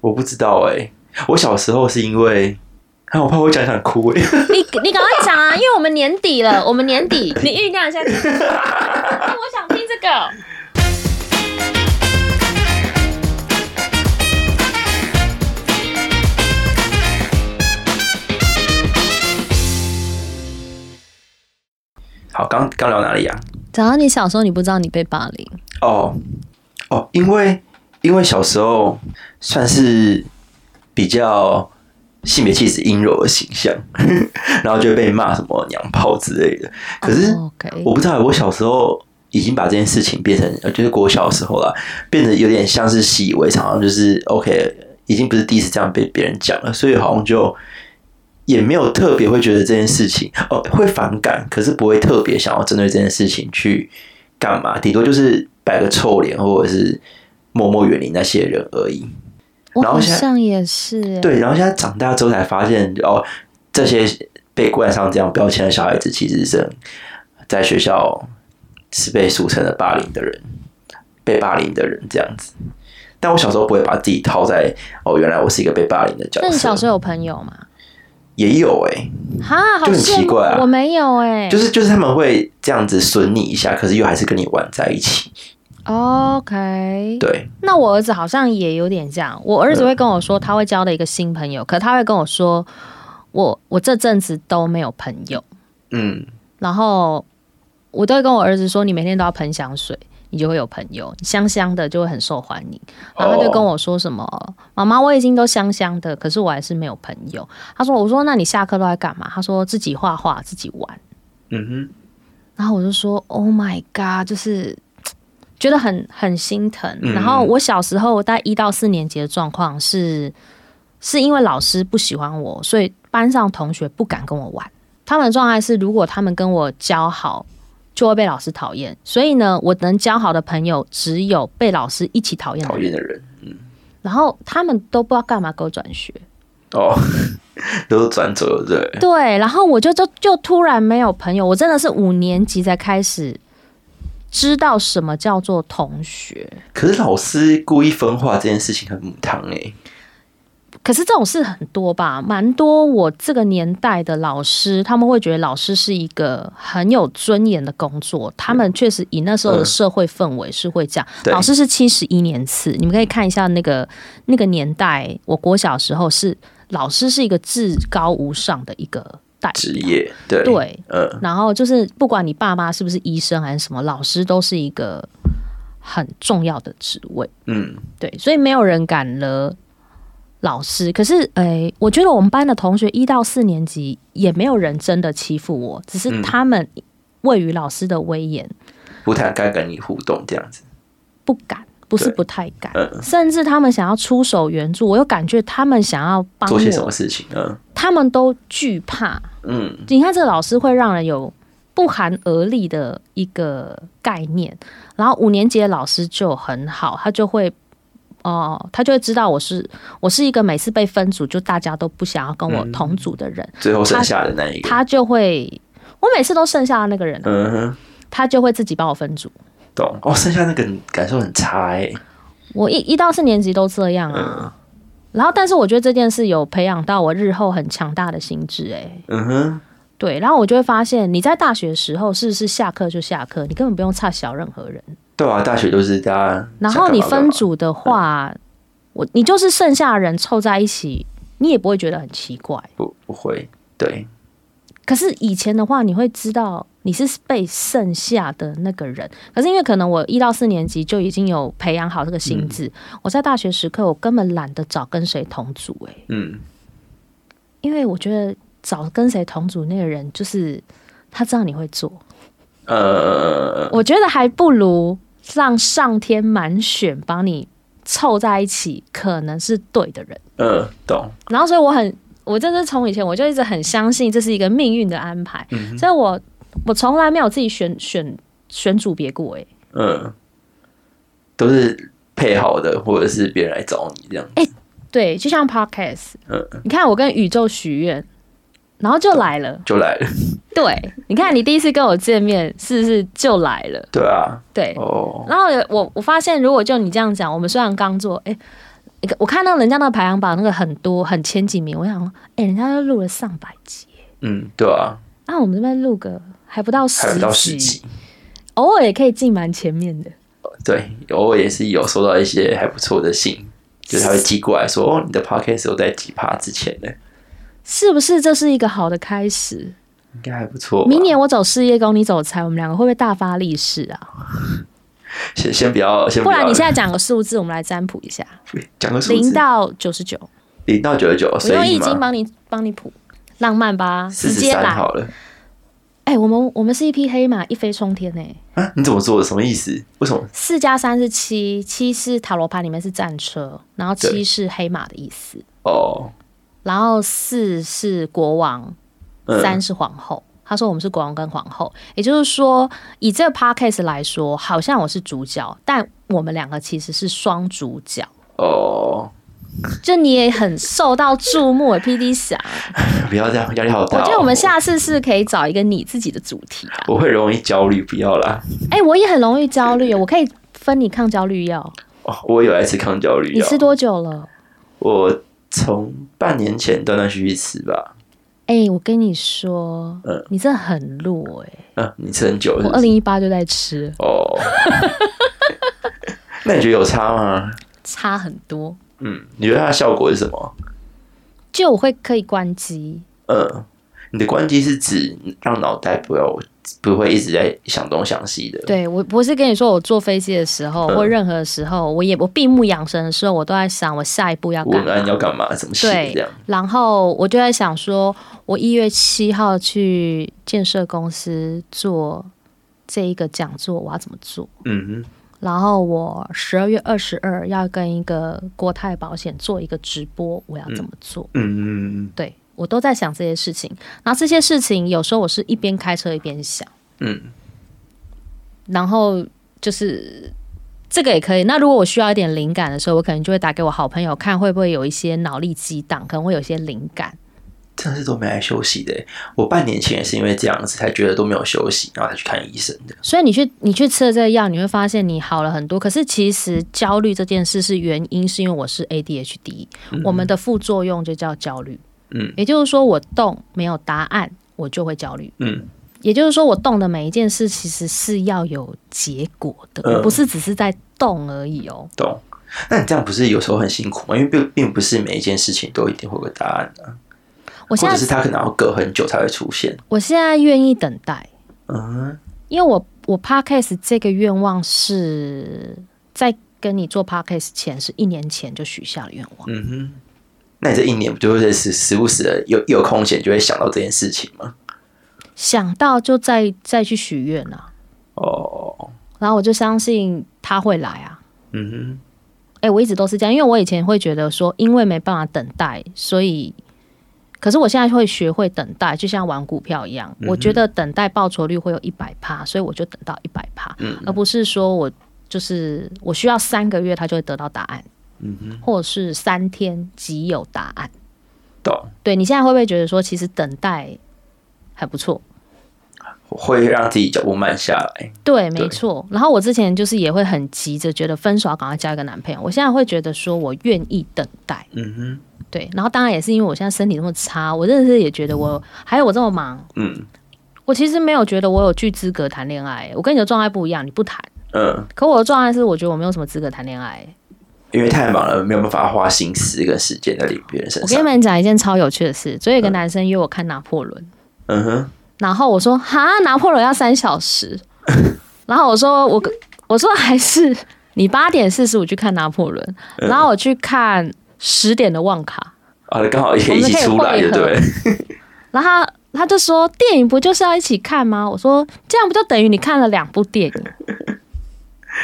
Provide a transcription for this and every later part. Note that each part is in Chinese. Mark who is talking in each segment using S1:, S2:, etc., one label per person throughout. S1: 我不知道哎、我小时候是因为，啊，我怕我讲一讲哭哎、
S2: 你你赶快讲啊，因为我们年底了，我们年底，你酝酿一下。哎我想听这个。
S1: 好，刚刚聊哪里啊？
S2: 讲到你小时候，你不知道你被霸凌，
S1: 哦哦，因为因为小时候算是比较性别气质阴柔的形象， 然后就会被骂什么娘炮之类的。可是
S2: 哦，OK
S1: 我不知道，我小时候已经把这件事情变成，呃就是国小的时候啦，变得有点像是习以为常，好像就是 OK，已经不是第一次这样被别人讲了，所以好像就。也没有特别会觉得这件事情哦会反感，可是不会特别想要针对这件事情去干嘛，顶多就是摆个臭脸或者是默默远离那些人而已。
S2: 我
S1: 然后
S2: 好
S1: 现在
S2: 像也是、欸。
S1: 对，然后现在长大之后才发现，哦，这些被冠上这样标签的小孩子，其实是在学校是被俗称的霸凌的人，被霸凌的人这样子。但我小时候不会把自己套在哦，原来我是一个被霸凌的角色。
S2: 那你小时候有朋友吗？
S1: 也有哎、
S2: 哈，
S1: 啊
S2: 好
S1: 就很
S2: 羡
S1: 奇
S2: 慕
S1: 怪啊
S2: 我没有哎、
S1: 就是就是他们会这样子损你一下，可是又还是跟你玩在一起。
S2: OK。
S1: 对，嗯
S2: 那我儿子好像也有点这样，我儿子会跟我说他会交的一个新朋友，可他会跟我说我我这阵子都没有朋友，
S1: 嗯，
S2: 然后我都会跟我儿子说，你每天都要喷香水，你就会有朋友，你香香的就会很受欢迎。然后他就跟我说什么，妈妈我已经都香香的，可是我还是没有朋友。他说，我说那你下课都在干嘛？他说自己画画，自己玩。
S1: 嗯哼。
S2: 然后我就说，Oh my god，就是。觉得很很心疼。
S1: 嗯
S2: 然后我小时候大概一到四年级的状况是，是因为老师不喜欢我，所以班上同学不敢跟我玩。他们的状态是，如果他们跟我交好，就会被老师讨厌。所以呢，我能交好的朋友只有被老师一起讨厌的
S1: 讨
S2: 人。
S1: 厌的人
S2: 然后他们都不知道干嘛给我转学。
S1: 哦， 都是转左右对，
S2: 对，然后我就就就突然没有朋友，我真的是五年级才开始知道什么叫做同学。
S1: 可是老师故意分化这件事情很母汤哎、
S2: 可是这种事很多吧，蛮多。我这个年代的老师，他们会觉得老师是一个很有尊严的工作，他们确实以那时候的社会氛围是会这样。
S1: 对
S2: 老师是七十一年次，你们可以看一下那个那个年代，我国小时候是老师是一个至高无上的一个代
S1: 职
S2: 表。
S1: 业，对，
S2: 对，
S1: 嗯，
S2: 然后就是不管你爸妈是不是医生还是什么，老师都是一个很重要的职位。
S1: 嗯，
S2: 对，所以没有人敢惹老师。可是，哎、我觉得我们班的同学一到四年级也没有人真的欺负我，只是
S1: 嗯
S2: 他们位于老师的威严，
S1: 不太敢跟你互动这样子，
S2: 不敢，不是
S1: 对
S2: 不太敢，
S1: 嗯，
S2: 甚至他们想要出手援助，我又感觉他们想要帮
S1: 做些什么
S2: 我，
S1: 事情，嗯
S2: 他们都惧怕。
S1: 嗯，
S2: 你看这个老师会让人有不寒而栗的一个概念。然后五年级的老师就很好，他就会哦、他就会知道我是我是一个每次被分组就大家都不想要跟我同组的人，
S1: 最后剩下的那一个，
S2: 他就会我每次都剩下的那个人，
S1: 嗯哼，
S2: 他就会自己帮我分组。
S1: 懂哦，剩下那个感受很差哎、
S2: 我一一到四年级都这样啊。然后，但是我觉得这件事有培养到我日后很强大的心智、欸，
S1: 嗯哼，
S2: 对，然后我就会发现，你在大学时候是不是下课就下课，你根本不用差小任何人。
S1: 对啊，大学就是大家，
S2: 然后你分，组的话，我你就是剩下的人凑在一起，你也不会觉得很奇怪。
S1: 不不会，对，
S2: 可是以前的话，你会知道你是被剩下的那个人。可是因为可能我一到四年级就已经有培养好这个心智，我在大学时刻我根本懒得找跟谁同组、欸，
S1: 嗯，
S2: 因为我觉得找跟谁同组那个人就是他知道你会做，
S1: 呃，
S2: 我觉得还不如让上天满选帮你凑在一起，可能是对的人。
S1: 嗯，懂，
S2: 然后所以我很，我真是从以前我就一直很相信这是一个命运的安排，
S1: 嗯
S2: 所以我我从来没有自己选选选组别过、欸，诶
S1: 嗯，都是配好的，或者是别人来找你这样，
S2: 对，就像 podcast，
S1: 嗯，
S2: 你看我跟宇宙许愿，然后就来了，
S1: 就来了，
S2: 对，你看你第一次跟我见面，是不是就来了？
S1: 对啊，
S2: 对，
S1: 哦，
S2: 然后我我发现，如果就你这样讲，我们虽然刚做，哎、一个我看到人家那个排行榜那个很多很前几名，我想说，哎、人家都录了上百集，
S1: 嗯，对啊，
S2: 那、我们这边录个还不到十
S1: 还有到十集，
S2: 偶尔也可以进蛮前面的。
S1: 对，偶尔也是有收到一些还不错的信，就是他会寄过来说，哦，你的 podcast 有在几趴之前呢，
S2: 是不是这是一个好的开始？
S1: 应该还不错吧。
S2: 明年我走事业宫，你走财，我们两个会不会大发利市啊？
S1: 先先不要，先
S2: 不
S1: 要
S2: 然你现在讲个数字，我们来占卜一下，
S1: 讲啊个数
S2: 零
S1: 字，
S2: 到九十九，
S1: 零到九十九，
S2: 我
S1: 所
S2: 用
S1: 以
S2: 易经帮你帮你卜，浪漫吧，
S1: 四
S2: 直
S1: 十
S2: 接
S1: 三
S2: 来。
S1: 好了
S2: 哎、我们我们是一匹黑马，一飞冲天呢、
S1: 啊？你怎么做的？什么意思？为什么？
S2: 四加三是七，七是塔罗牌里面是战车，然后
S1: 对
S2: 七是黑马的意思，
S1: 哦，
S2: 然后四是国王，
S1: 嗯，
S2: 三是皇后。他说我们是国王跟皇后，也就是说，以这个 podcast 来说，好像我是主角，但我们两个其实是双主角。
S1: 哦，
S2: 就你也很受到注目，P D 想，
S1: 哦不要这样，压力好
S2: 我
S1: 大、哦。
S2: 觉得我们下次是可以找一个你自己的主题啊。
S1: 我会容易焦虑，不要啦。
S2: 哎、我也很容易焦虑，我可以分你抗焦虑药。
S1: 哦，我有来吃抗焦虑
S2: 你
S1: 药，
S2: 吃多久了？
S1: 我从半年前断断续续吃吧。
S2: 哎、我跟你说，
S1: 嗯
S2: 你真的很弱哎、
S1: 嗯、你吃很久是
S2: 我
S1: 不
S2: 二
S1: 是？
S2: 零一八就在吃，
S1: 哦， 那你觉得有差吗？
S2: 差很多。
S1: 嗯，你觉得它的效果是什么？
S2: 就我会可以关机，
S1: 嗯，你的关机是指让脑袋不要不会一直在想东想西的。
S2: 对我不是跟你说，我坐飞机的时候、
S1: 嗯
S2: 或任何时候，我也我闭目养神的时候，我都在想我下一步要干
S1: 文案
S2: 嘛。
S1: 啊要干嘛？怎么写？
S2: 对
S1: 这样，
S2: 然后我就在想说，我一月七号去建设公司做这一个讲座，我要怎么做？
S1: 嗯哼，
S2: 然后我十二月二十二要跟一个国泰保险做一个直播，我要怎么做？
S1: 嗯嗯
S2: 对我都在想这些事情。然后这些事情有时候我是一边开车一边想，
S1: 嗯，
S2: 然后就是这个也可以。那如果我需要一点灵感的时候，我可能就会打给我好朋友，看会不会有一些脑力激荡，可能会有一些灵感。
S1: 真的是都没来休息的欸。我半年前也是因为这样子才觉得都没有休息，然后才去看医生的。
S2: 所以你去你去吃了这个药，你会发现你好了很多。可是其实焦虑这件事是原因，是因为我是 ADHD，、我们的副作用就叫焦虑。
S1: 嗯
S2: 也就是说，我动没有答案，我就会焦虑。
S1: 嗯
S2: 也就是说，我动的每一件事其实是要有结果的，
S1: 嗯
S2: 我不是只是在动而已哦。
S1: 懂。那你这样不是有时候很辛苦吗？因为并并不是每一件事情都一定会有个答案的、啊，
S2: 我
S1: 或
S2: 现
S1: 者
S2: 在
S1: 是它可能要隔很久才会出现。
S2: 我现在愿意等待，
S1: 嗯
S2: 因为我我 podcast 这个愿望是在跟你做 podcast 前是一年前就许下的愿望。
S1: 嗯哼，那你这一年不就会时时不时的有有空闲就会想到这件事情吗？
S2: 想到就再再去许愿啊，
S1: 哦，
S2: 然后我就相信他会来啊。
S1: 嗯哼，
S2: 哎、我一直都是这样，因为我以前会觉得说，因为没办法等待，所以，可是我现在会学会等待，就像玩股票一样，我觉得等待报酬率会有一百趴，所以我就等到一百趴，而不是说我就是我需要三个月，它就会得到答案，或者是三天即有答案。
S1: 懂。
S2: 对你现在会不会觉得说，其实等待还不错？
S1: 会让自己脚步慢下来。
S2: 对，没错。然后我之前就是也会很急着觉得分手要赶快交一个男朋友，我现在会觉得说我愿意等待。
S1: 嗯哼，
S2: 对，然后当然也是因为我现在身体那么差，我真的是也觉得我还有我这么忙，
S1: 嗯
S2: 我其实没有觉得我有具资格谈恋爱。我跟你的状态不一样，你不谈，
S1: 嗯，
S2: 可我的状态是我觉得我没有什么资格谈恋爱。
S1: 因为太忙了，没有办法花心思跟时间在别人身
S2: 我跟你
S1: 上。
S2: 们讲一件超有趣的事，昨天有个男生约我看拿破仑，
S1: 嗯哼，
S2: 然后我说哈，拿破仑要三小时，然后我说我我说还是你八点四十五去看拿破仑，然后我去看十点的旺卡。
S1: 啊，刚好也可以一起出来，对不对？
S2: 然后他他就说：“电影不就是要一起看吗？”我说：“这样不就等于你看了两部电影？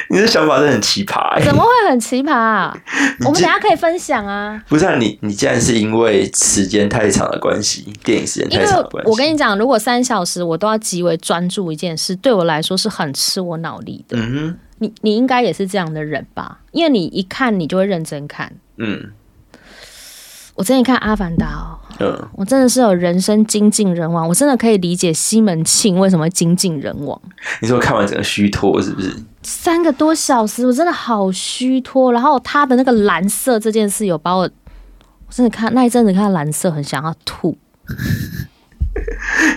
S1: 你的想法真的很奇葩、 欸
S2: 怎。么会很奇葩、啊？” 我们等一下可以分享啊，
S1: 不是、啊、你，你竟然是因为时间太长的关系，电影时间
S2: 因
S1: 太
S2: 为
S1: 长的关系。
S2: 我跟你讲，如果三小时我都要极为专注一件事，对我来说是很吃我脑力的。
S1: 嗯哼，
S2: 你你应该也是这样的人吧？因为你一看你就会认真看。
S1: 嗯，
S2: 我我之前看《阿凡达》哦，
S1: 嗯，
S2: 我真的是有人生精尽人亡，我真的可以理解西门庆为什么会精尽人亡。
S1: 你说看完整个虚脱是不是？
S2: 三个多小时，我真的好虚脱。然后他的那个蓝色这件事，有把我，我真的看那一阵子看蓝色，很想要吐。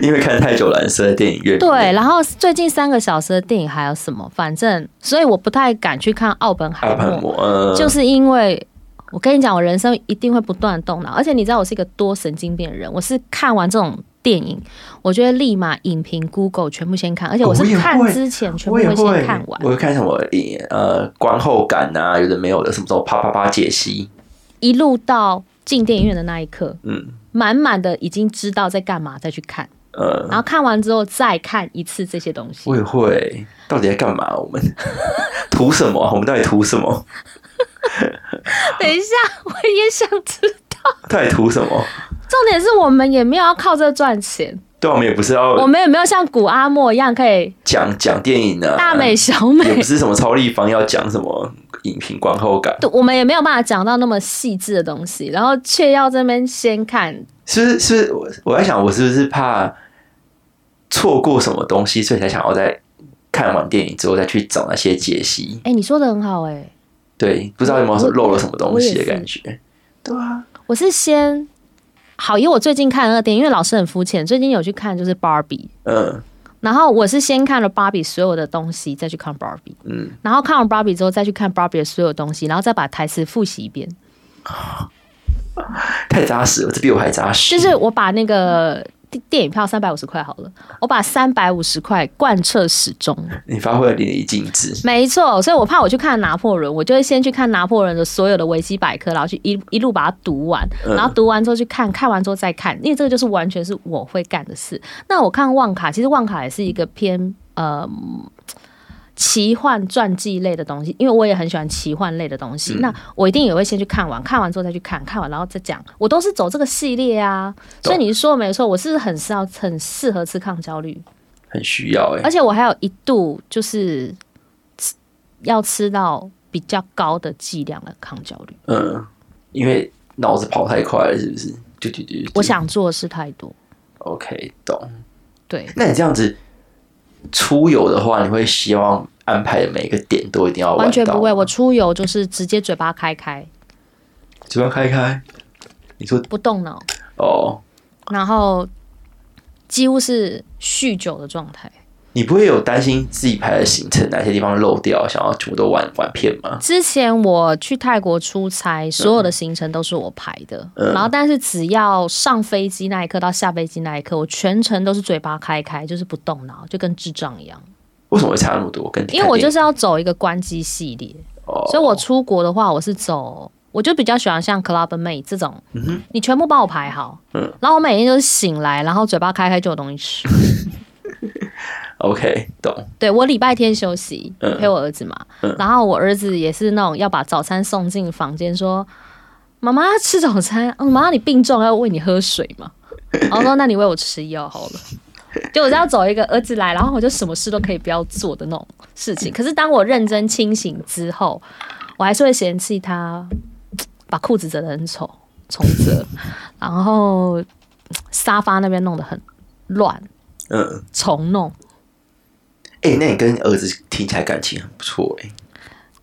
S1: 因为看太久蓝色的电影院，
S2: 对，，然后最近三个小时的电影还有什么？反正，所以我不太敢去看《奥本海
S1: 阿
S2: 默
S1: 潘》，摩，嗯，
S2: 就是因为我跟你讲，我人生一定会不断地动脑，而且你知道我是一个多神经病的人，我是看完这种电影，我就会立马影评、Google 全部先看，哦而且我是
S1: 我也会
S2: 看之前全部
S1: 我也会
S2: 先看完
S1: 我，会看什么影呃观后感啊，有的没有的，什么时候啪啪啪解析，
S2: 一路到进电影院的那一刻，
S1: 嗯
S2: 满满的已经知道在干嘛，再去看，
S1: 呃，
S2: 然后看完之后再看一次这些东西
S1: 我。也会，到底在干嘛？ 我们图什么啊？我们到底图什么？
S2: 等一下，我也想知道。
S1: 到底图什么？
S2: 重点是我们也没有要靠这赚钱，
S1: 对啊，我们也不是
S2: 我
S1: 要
S2: 们也没有像古阿莫一样可以
S1: 讲讲电影啊，
S2: 大美小美，
S1: 也不是什么超立方要讲什么影评观后感，
S2: 对我们也没有办法讲到那么细致的东西，然后却要这边先看，
S1: 是不是？是不是？我我在想，我是不是怕错过什么东西，所以才想要在看完电影之后再去找那些解析？
S2: 哎、你说的很好、哎，
S1: 对，不知道有没有
S2: 我
S1: 漏了什么东西
S2: 我也
S1: 的
S2: 是
S1: 感觉？对啊，
S2: 我是先好，因为我最近看那个电影，因为老师很肤浅，最近有去看就是 Barbie，
S1: 嗯
S2: 然后我是先看了 Barbie 所有的东西，再去看 Barbie，
S1: 嗯，
S2: 然后看完 Barbie 之后再去看 Barbie 的所有东西，然后再把台词复习一遍，
S1: 太扎实了，这比我还扎实。
S2: 就是我把那个。电电影票三百五十块好了，我把三百五十块贯彻始终。
S1: 你发挥的淋漓尽致，
S2: 没错，所以我怕我去看拿破仑，我就会先去看拿破仑的所有的维基百科，然后去一一路把它读完，
S1: 嗯
S2: 然后读完之后去看，看完之后再看，因为这个就是完全是我会干的事。那我看旺卡，其实旺卡也是一个偏呃奇幻传记类的东西，因为我也很喜欢奇幻类的东西。那我一定也会先去看完，看完之后再去看，看完然后再讲。我都是走这个系列啊，所以你说的没错，我是很适合很适合吃抗焦虑。
S1: 很需要哎、
S2: 而且我还有一度就是吃要吃到比较高的剂量的抗焦虑。
S1: 嗯，因为脑子跑太快了，是不是？对对对，对
S2: 我想做的事太多，
S1: ，OK，懂。
S2: 对，
S1: 那你这样子出游的话，你会希望安排的每一个点都一定要玩到
S2: 完全不会。啊我出游就是直接嘴巴开开，
S1: 嘴巴开开，你说
S2: 不动脑，
S1: 哦，
S2: 然后几乎是酗酒的状态。
S1: 你不会有担心自己排的行程哪些地方漏掉，想要全部都玩玩遍吗？
S2: 之前我去泰国出差，所有的行程都是我排的，
S1: 嗯
S2: 然后但是只要上飞机那一刻到下飞机那一刻，我全程都是嘴巴开开，就是不动脑，就跟智障一样。
S1: 为什么会差那么多？跟
S2: 因为我就是是要走一个关机系列，
S1: 哦，
S2: 所以我出国的话，我是走，我就比较喜欢像 Club Mate 这种，你全部帮我排好，
S1: 嗯
S2: 然后我每天就是醒来，然后嘴巴开开就有东西吃。
S1: OK 懂，
S2: 对我礼拜天休息，
S1: 嗯
S2: 陪我儿子嘛，然后我儿子也是那种要把早餐送进房间，说妈妈吃早餐，哦妈妈你病重要喂你喝水嘛， 然后说那你喂我吃药好了。就我就要走一个儿子来，然后我就什么事都可以不要做的那种事
S1: 嗯
S2: 情。可是当我认真清醒之后，我还是会嫌弃他把裤子折得很丑，重 折，然后嗯沙发那边弄得很乱，
S1: 嗯，
S2: 重弄。
S1: 哎、那你跟儿子听起来感情很不错哎、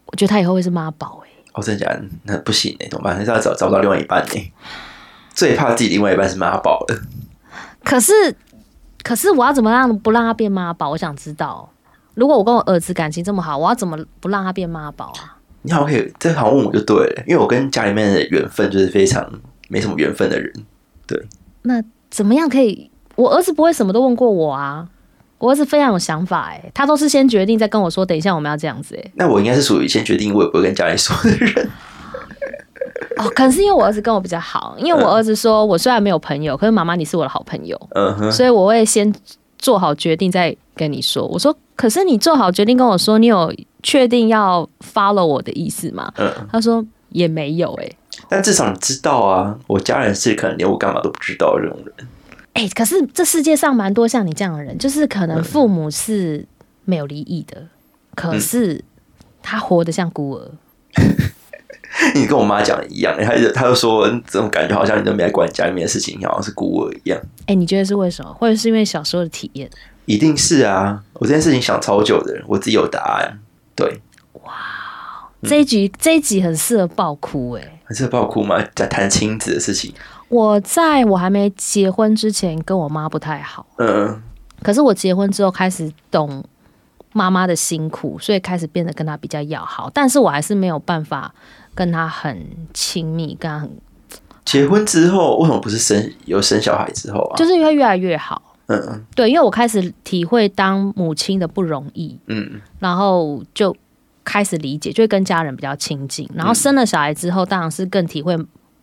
S2: 我觉得他以后会是妈宝哎、
S1: 哦，真的假的？那不行哎、怎么办？还是要找找不到另外一半哎、最怕自己另外一半是妈宝的，
S2: 可是，可是我要怎么让不让他变妈宝？我想知道，如果我跟我儿子感情这么好，我要怎么不让他变妈宝啊？
S1: 你好像可以，这好像问我就对了，因为我跟家里面的缘分就是非常没什么缘分的人，
S2: 那怎么样可以？我儿子不会什么都问过我啊，我儿子非常有想法哎、他都是先决定再跟我说，等一下我们要这样子哎、
S1: 那我应该是属于先决定，我也不会跟家里说的人。
S2: 哦， 可能是因为我儿子跟我比较好，因为我儿子说我虽然没有朋友，可是妈妈你是我的好朋友，
S1: 嗯哼，
S2: 所以我会先做好决定再跟你说。我说，可是你做好决定跟我说，你有确定要 follow 我的意思吗？
S1: 嗯，
S2: 他说也没有、欸，
S1: 但至少你知道啊，我家人是可能连我干嘛都不知道的这种人。
S2: 哎、可是这世界上蛮多像你这样的人，就是可能父母是嗯没有离异的，可是他活得像孤儿。
S1: 你跟我妈讲的一样，她就她就说嗯这种感觉好像你都没来管家里面的事情，好像是孤儿一样。
S2: 哎、你觉得是为什么？或者是因为小时候的体验？
S1: 一定是啊，我这件事情想超久的，我自己有答案。对，
S2: 这一集这一集很适合爆哭哎、
S1: 还是爆哭吗？在谈亲子的事情。
S2: 我在我还没结婚之前跟我妈不太好，
S1: 嗯，
S2: 可是我结婚之后开始懂妈妈的辛苦，所以开始变得跟她比较要好，但是我还是没有办法跟她很亲密，跟她很
S1: 结婚之后为什么不是生有生小孩之后啊？
S2: 就是因为越来越好。
S1: 嗯
S2: 对，因为我开始体会当母亲的不容易，
S1: 嗯
S2: 然后就开始理解，就会跟家人比较亲近。
S1: 嗯
S2: 然后生了小孩之后，当然是更体会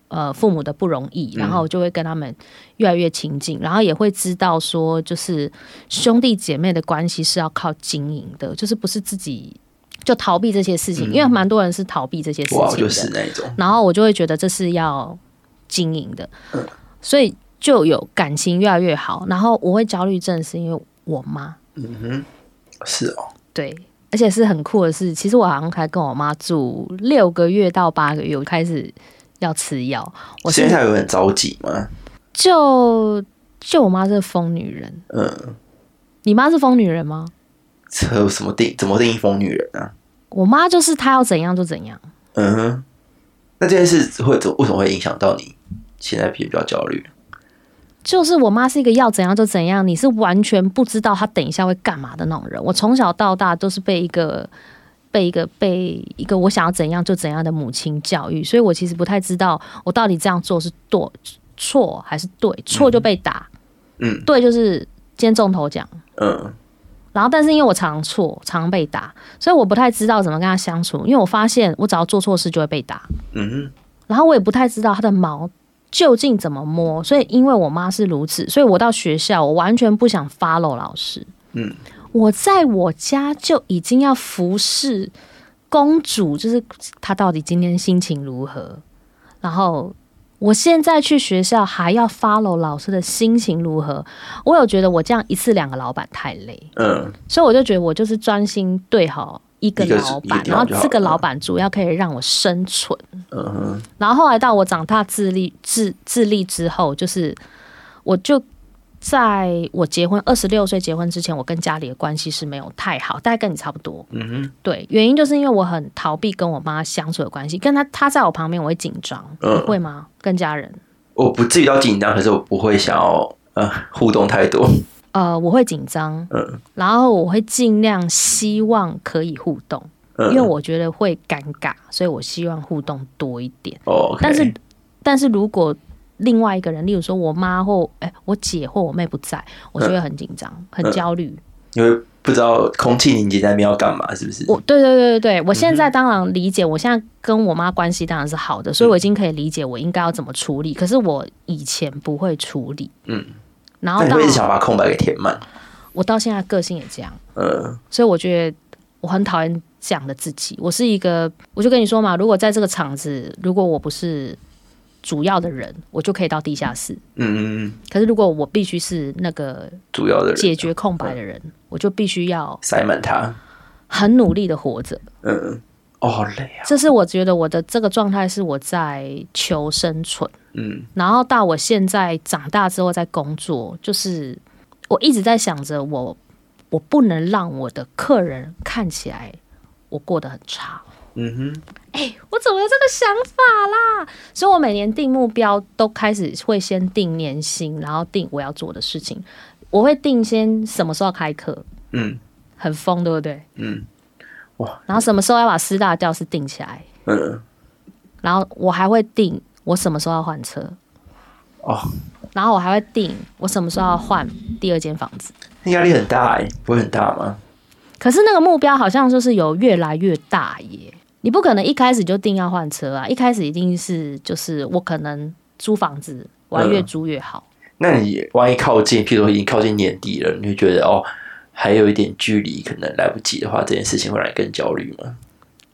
S2: 呃父母的不容易，然
S1: 嗯
S2: 后就会跟他们越来越亲近，然后也会知道说，就是兄弟姐妹的关系是要靠经营的，就是不是自己就逃避这些事情，因为蛮多人是逃避这些事
S1: 嗯，哇，我
S2: 情
S1: 就
S2: 的。
S1: 是那一种。
S2: 然后我就会觉得这是要经营的，所以就有感情越来越好。然后我会焦虑症是因为我妈，
S1: 嗯是哦，
S2: 对，而且是很酷的是，其实我好像还跟我妈住六个月到八个月，我开始要吃药。我
S1: 现
S2: 现在
S1: 在有很着急吗？
S2: 就就我妈是疯女人，
S1: 嗯，
S2: 你妈是疯女人吗？
S1: 这有什么定怎么定义疯女人啊？
S2: 我妈就是她要怎样就怎样，
S1: 嗯哼，那这件事会怎为什么会影响到你现在比比较焦虑？
S2: 就是我妈是一个要怎样就怎样，你是完全不知道她等一下会干嘛的那种人。我从小到大都是被一个被一个被一个我想要怎样就怎样的母亲教育，所以我其实不太知道我到底这样做是对错还是对，错就被打，
S1: 嗯
S2: 对就是今天中头奖。
S1: 嗯
S2: 然后，但是因为我常错，常被打，所以我不太知道怎么跟他相处。因为我发现我只要做错事就会被打，
S1: 嗯哼
S2: 然后我也不太知道它的毛究竟怎么摸，所以因为我妈是如此，所以我到学校我完全不想 follow 老师。
S1: 嗯，
S2: 我在我家就已经要服侍公主，就是她到底今天心情如何，然后。我现在去学校还要 follow 老师的心情如何？我有觉得我这样一次两个老板太累，
S1: 嗯
S2: 所以我就觉得我就是专心对好一个
S1: 一个
S2: 老
S1: 一个
S2: 板，
S1: 地
S2: 然后
S1: 方就好
S2: 这个
S1: 了
S2: 老板主要可以让我生存。
S1: 嗯哼
S2: 然后后来到我长大自立自自立之后，就是我就在我结婚二十六岁结婚之前，我跟家里的关系是没有太好，大概跟你差不多。
S1: 嗯哼
S2: 对，原因就是因为我很逃避跟我妈相处的关系，跟她她在我旁边我会紧张，
S1: 嗯
S2: 你会吗？跟家人？
S1: 我不至于到紧张，可是我不会想要呃互动太多。
S2: 呃，我会紧张，
S1: 嗯
S2: 然后我会尽量希望可以互动，
S1: 嗯，
S2: 因为我觉得会尴尬，所以我希望互动多一点。
S1: 哦，OK，
S2: 但是，但是如果另外一个人，例如说我妈或哎、我姐或我妹不在，我就
S1: 嗯
S2: 会很紧张、很焦虑。
S1: 因为不知道空气凝结在那边要干嘛，是不是？
S2: 我对对对对对，我现
S1: 嗯
S2: 在当然理解，我现在跟我妈关系当然是好的，
S1: 嗯
S2: 所以我已经可以理解我应该要怎么处理。可是我以前不会处理，
S1: 嗯，
S2: 然后
S1: 那你
S2: 到
S1: 会一直想把空白给填满。
S2: 我到现在个性也这样。
S1: 嗯
S2: 所以我觉得我很讨厌这样的自己。我是一个，我就跟你说嘛，如果在这个场子，如果我不是主要的人，我就可以到地下室。
S1: 嗯嗯，嗯
S2: 可是如果我必须是那个
S1: 主要的
S2: 解
S1: 人啊
S2: 决空白的人，我就必须要
S1: 塞满它。
S2: 很努力的活着。
S1: 嗯，哦，好累啊。
S2: 这是我觉得我的这个状态是我在求生存。
S1: 嗯
S2: 然后到我现在长大之后在工作，就是我一直在想着我，我不能让我的客人看起来我过得很差。
S1: 嗯哼，
S2: 我怎么有这个想法啦？所以我每年定目标都开始会先定年薪，然后定我要做的事情。我会定先什么时候要开课，
S1: 嗯
S2: 很疯，对不对？
S1: 嗯
S2: 然后什么时候要把师大教室定起来，
S1: 嗯，
S2: 然后我还会定我什么时候要换车，
S1: 哦，
S2: 然后我还会定我什么时候要换第二间房子。
S1: 那压力很大哎、不会很大吗？
S2: 可是那个目标好像就是有越来越大耶，你不可能一开始就定要换车啊，一开始一定是就是我可能租房子，我要越
S1: 嗯
S2: 租越好。
S1: 那你万一靠近，譬如说已经靠近年底了，你会觉得哦，还有一点距离，可能来不及的话，这件事情会让你更焦虑吗？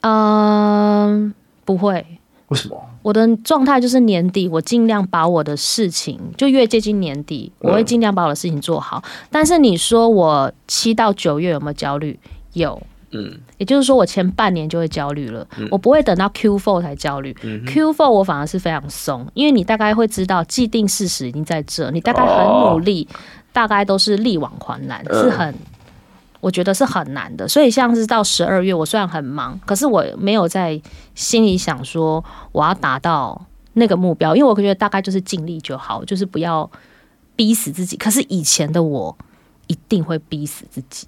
S2: 嗯，不会。
S1: 为什么？
S2: 我的状态就是年底，我尽量把我的事情，就越接近年底，我会尽量把我的事情做好。但是你说我七到九月有没有焦虑？有，
S1: 嗯
S2: 也就是说，我前半年就会焦虑了，我不会等到 Q four 才焦虑。Q four 我反而是非常松，因为你大概会知道既定事实已经在这，你大概很努力，大概都是力挽狂澜，
S1: 嗯
S2: 是很。我觉得是很难的，所以像是到十二月，我虽然很忙，可是我没有在心里想说我要达到那个目标，因为我觉得大概就是尽力就好，就是不要逼死自己。可是以前的我一定会逼死自己。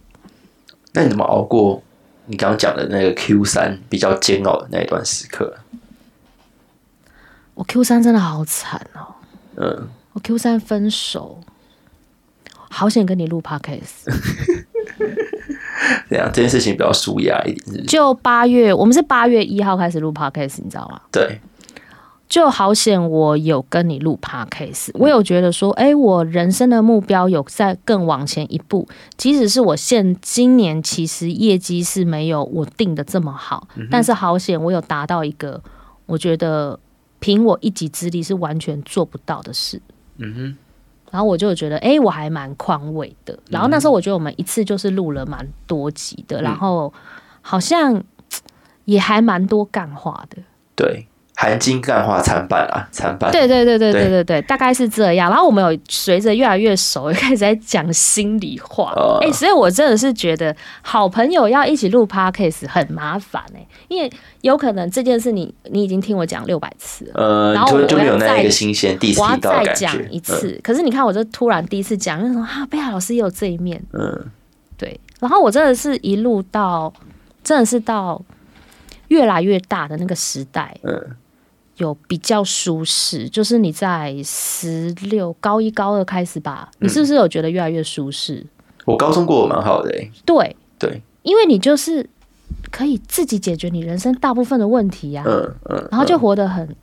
S1: 那你怎么熬过你刚刚讲的那个 Q 三比较煎熬的那一段时刻？
S2: 我 Q 三真的好惨哦，
S1: 嗯，
S2: 我哦 Q 三分手，好想跟你录 podcast。
S1: 这样这件事情比较舒压一点，是不是？
S2: 就八月，我们是八月一号开始录 podcast，你知道吗？
S1: 对，
S2: 就好险，我有跟你录
S1: 嗯
S2: podcast，我有觉得说，哎、我人生的目标有在更往前一步。即使是我现今年其实业绩是没有我定的这么好，
S1: 嗯
S2: 但是好险我有达到一个，我觉得凭我一己之力是完全做不到的事。
S1: 嗯哼。嗯
S2: 然后我就觉得，哎、我还蛮宽慰的。然后那时候我觉得我们一次就是录了蛮多集的，然后好像嘖也还蛮多干话的。
S1: 对，含金干化参半啊，参半。
S2: 对对对对
S1: 对
S2: 对对对，大概是这样。然后我们有随着越来越熟， 也开始在讲心里话。哎、
S1: 哦
S2: 所以我真的是觉得好朋友要一起录 podcast 很麻烦哎、因为有可能这件事你你已经听我讲六百次了。
S1: 呃，
S2: 然后
S1: 就
S2: 我
S1: 就没有
S2: 我要
S1: 那
S2: 再
S1: 一个新鲜第一次
S2: 我要
S1: 听到的
S2: 再
S1: 感
S2: 讲
S1: 觉。嗯
S2: 一次，可是你看，我这突然第一次讲，就说啊，贝亚老师也有这一面，
S1: 嗯，嗯，
S2: 对，然后我真的是一路到，真的是到越来越大的那个时代，
S1: 嗯，
S2: 有比较舒适，就是你在十六高一高二开始吧，你是不是有觉得越来越舒适？
S1: 我高中过得蛮好的、欸，
S2: 对，
S1: 对，
S2: 因为你就是可以自己解决你人生大部分的问题呀、啊
S1: 嗯嗯，
S2: 然后就活得很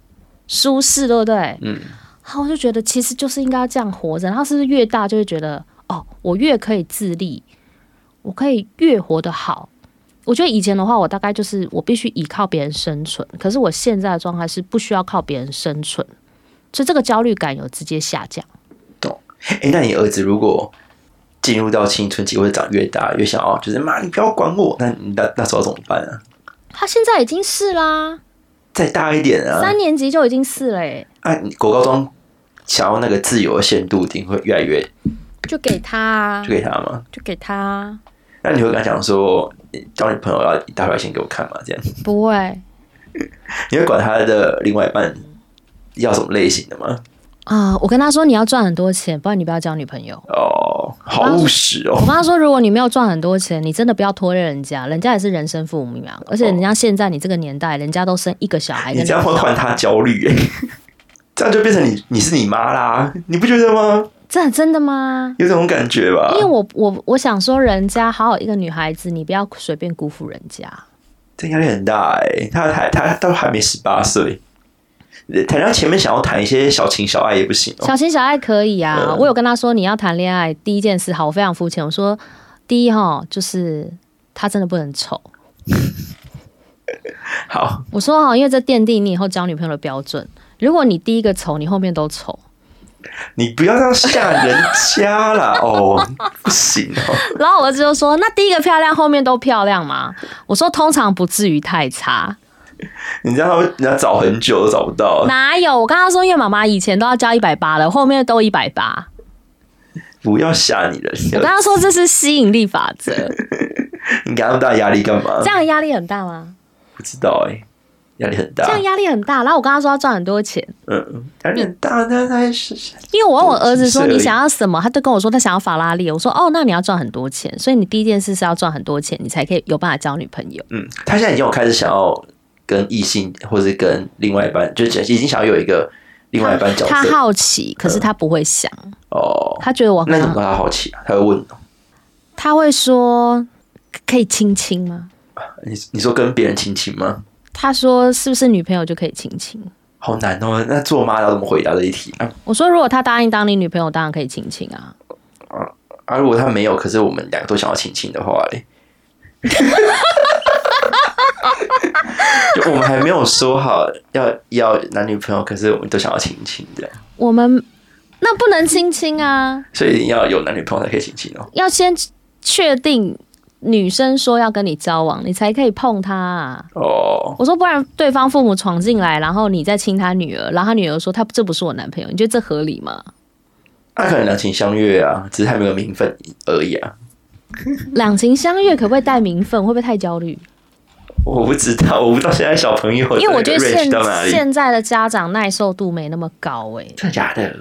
S2: 舒适，对不对？
S1: 嗯，
S2: 好，我就觉得其实就是应该要这样活着。然后是不是越大就会觉得，哦，我越可以自立，我可以越活得好。我觉得以前的话，我大概就是我必须依靠别人生存，可是我现在的状态是不需要靠别人生存，所以这个焦虑感有直接下降。
S1: 哎、那你儿子如果进入到青春期或者长越大越想要，就是妈，你不要管我，那你那那时候怎么办啊？
S2: 他现在已经是啦，
S1: 再大一点啊，
S2: 三年级就已经是了、欸，
S1: 啊，你国高中想要那个自由的限度，一定会越来越
S2: 就给他啊
S1: 就，给他嘛。
S2: 就给他啊，
S1: 那你会跟他讲说，你交女朋友要一大块钱给我看嘛？这样，
S2: 不会
S1: 你会管他的另外一半要什么类型的吗？
S2: 啊、我跟他说你要赚很多钱，不然你不要交女朋友。
S1: 哦，好务实
S2: 我
S1: 哦。
S2: 跟他说，如果你没有赚很多钱，你真的不要拖累人家，人家也是人生父母养，而且人家现在你这个年代，人家都生一个小孩
S1: 你
S2: 跟
S1: 这样会换他焦虑耶， 这样就变成你你是你妈啦，你不觉得吗？
S2: 这真的吗？
S1: 有这种感觉吧
S2: 因？为我我我想说，人家好好一个女孩子，你不要随便辜负人家。
S1: 这压力很大哎，他还他都还没十八岁，谈到前面想要谈一些小情小爱也不行哦。
S2: 小情小爱可以啊，
S1: 嗯
S2: 我有跟他说你要谈恋爱，第一件事好，我非常肤浅，我说第一哈就是他真的不能丑，
S1: 好，
S2: 我说哈，因为这奠定你以后交女朋友的标准。如果你第一个丑，你后面都丑。
S1: 你不要这样吓人家啦哦，不行哦。
S2: 然后我儿子就说：“那第一个漂亮，后面都漂亮吗？”我说：“通常不至于太差，
S1: 你知道人家找很久都找不到，
S2: 哪有？我跟他说，因为妈妈以前都要交一百八的，后面都一百八。
S1: 不要吓你人
S2: 我跟
S1: 家，
S2: 他说这是吸引力法 则，
S1: 你给他那么大压力干嘛
S2: 这？样压力很大吗？
S1: 不知道哎、压力很
S2: 这
S1: 大
S2: 样，压力很大。然后我跟他说要赚很多钱，
S1: 嗯，压力很大，那那是
S2: 因为我问我儿子
S1: 多几岁而
S2: 说
S1: 已
S2: 你想要什么，他就跟我说他想要法拉利。我说哦，那你要赚很多钱，所以你第一件事是要赚很多钱，你才可以有办法交女朋友。
S1: 嗯，他现在已经有开始想要跟异性，或是跟另外一半，就是已经想要有一个另外一半角
S2: 他
S1: 色
S2: 好奇，可是他不会想，
S1: 哦。
S2: 他觉得我
S1: 那
S2: 很
S1: 你怎
S2: 好
S1: 么跟他好奇啊？他会问哦
S2: 他会说可以亲亲吗？
S1: 你，你说跟别人亲亲吗？
S2: 他说是不是女朋友就可以亲亲？
S1: 好难哦，那做妈要怎么回答这一题啊？
S2: 我说如果他答应当你女朋友，当然可以亲亲啊。
S1: 啊，如果他没有，可是我们两个都想要亲亲的话嘞，就我们还没有说好要要男女朋友，可是我们都想要亲亲的，
S2: 我们那不能亲亲啊，
S1: 所以一定要有男女朋友才可以亲亲哦。
S2: 要先确定女生说要跟你交往，你才可以碰她、啊。
S1: 哦，
S2: 我说，不然对方父母闯进来，然后你再亲他女儿，然后他女儿说他这不是我男朋友，你觉得这合理吗？
S1: 那可能两情相悦啊，只是还没有名分而已啊。
S2: 两情相悦可不可以带名分？会不会太焦虑？
S1: 我不知道，我不知道现在小朋友
S2: 因为我觉得
S1: 的 range
S2: 现
S1: 到哪里，
S2: 现在的家长耐受度没那么高诶、
S1: 真的假的？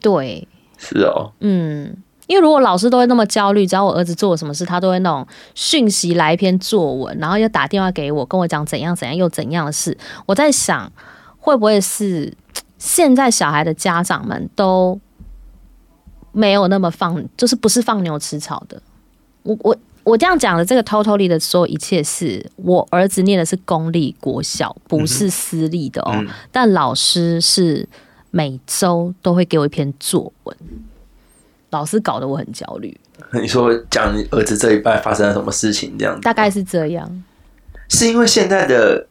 S2: 对，
S1: 是哦，
S2: 嗯，因为如果老师都会那么焦虑，只要我儿子做了什么事，他都会那种讯息来一篇作文，然后又打电话给我，跟我讲怎样怎样又怎样的事。我在想，会不会是嘖现在小孩的家长们都没有那么放，就是不是放牛吃草的？我我。我这样讲的这个 totally 的所有一切是我儿子念的是公立国小，不是私立的哦。
S1: 嗯，
S2: 但老师是每周都会给我一篇作文，老师搞得我很焦虑，
S1: 你说讲你儿子这一拜发生了什么事情这样子，
S2: 大概是这样。
S1: 是因为现在的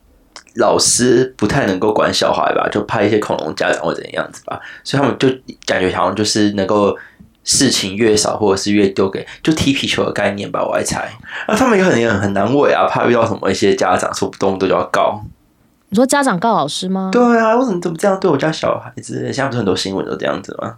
S1: 老师不太能够管小孩吧，就派一些恐龙家长或怎样子吧，所以他们就感觉好像就是能够事情越少，或者是越丢给就踢皮球的概念吧，我来猜。那、他们也很也很难为啊，怕遇到什么一些家长说动不动就要告。
S2: 你说家长告老师吗？
S1: 对啊，为什么怎么这样对我家小孩之类的？现在不是很多新闻都这样子吗？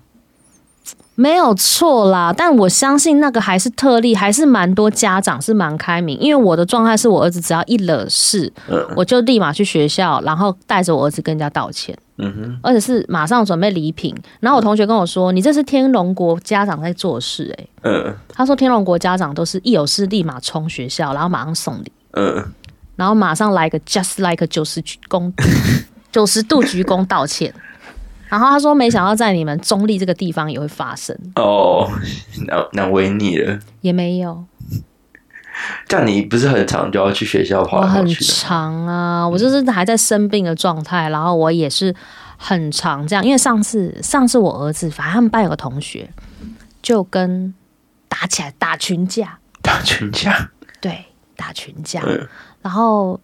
S2: 没有错啦，但我相信那个还是特例，还是蛮多家长是蛮开明。因为我的状态是我儿子只要一惹事，
S1: 嗯
S2: 我就立马去学校，然后带着我儿子跟人家道歉，
S1: 嗯哼，
S2: 而且是马上准备礼品。然后我同学跟我说：“你这是天龙国家长在做事、欸。”
S1: 嗯
S2: 他说天龙国家长都是一有事立马冲学校，然后马上送礼。
S1: 嗯，
S2: 然后马上来个 just like 九十鞠躬， 九十度鞠躬道歉。然后他说，没想到在你们中立这个地方也会发生，
S1: 哦，难难为你了。
S2: 也没有。
S1: 这样你不是很常就要去学校跑
S2: 我
S1: 来跑
S2: 很
S1: 去的？
S2: 长啊，我就是还在生病的状态，然后我也是很长这样。因为上次上次我儿子，反正他们班有个同学就跟打起来打群架，
S1: 打群架，
S2: 对，打群架。
S1: 嗯
S2: 然后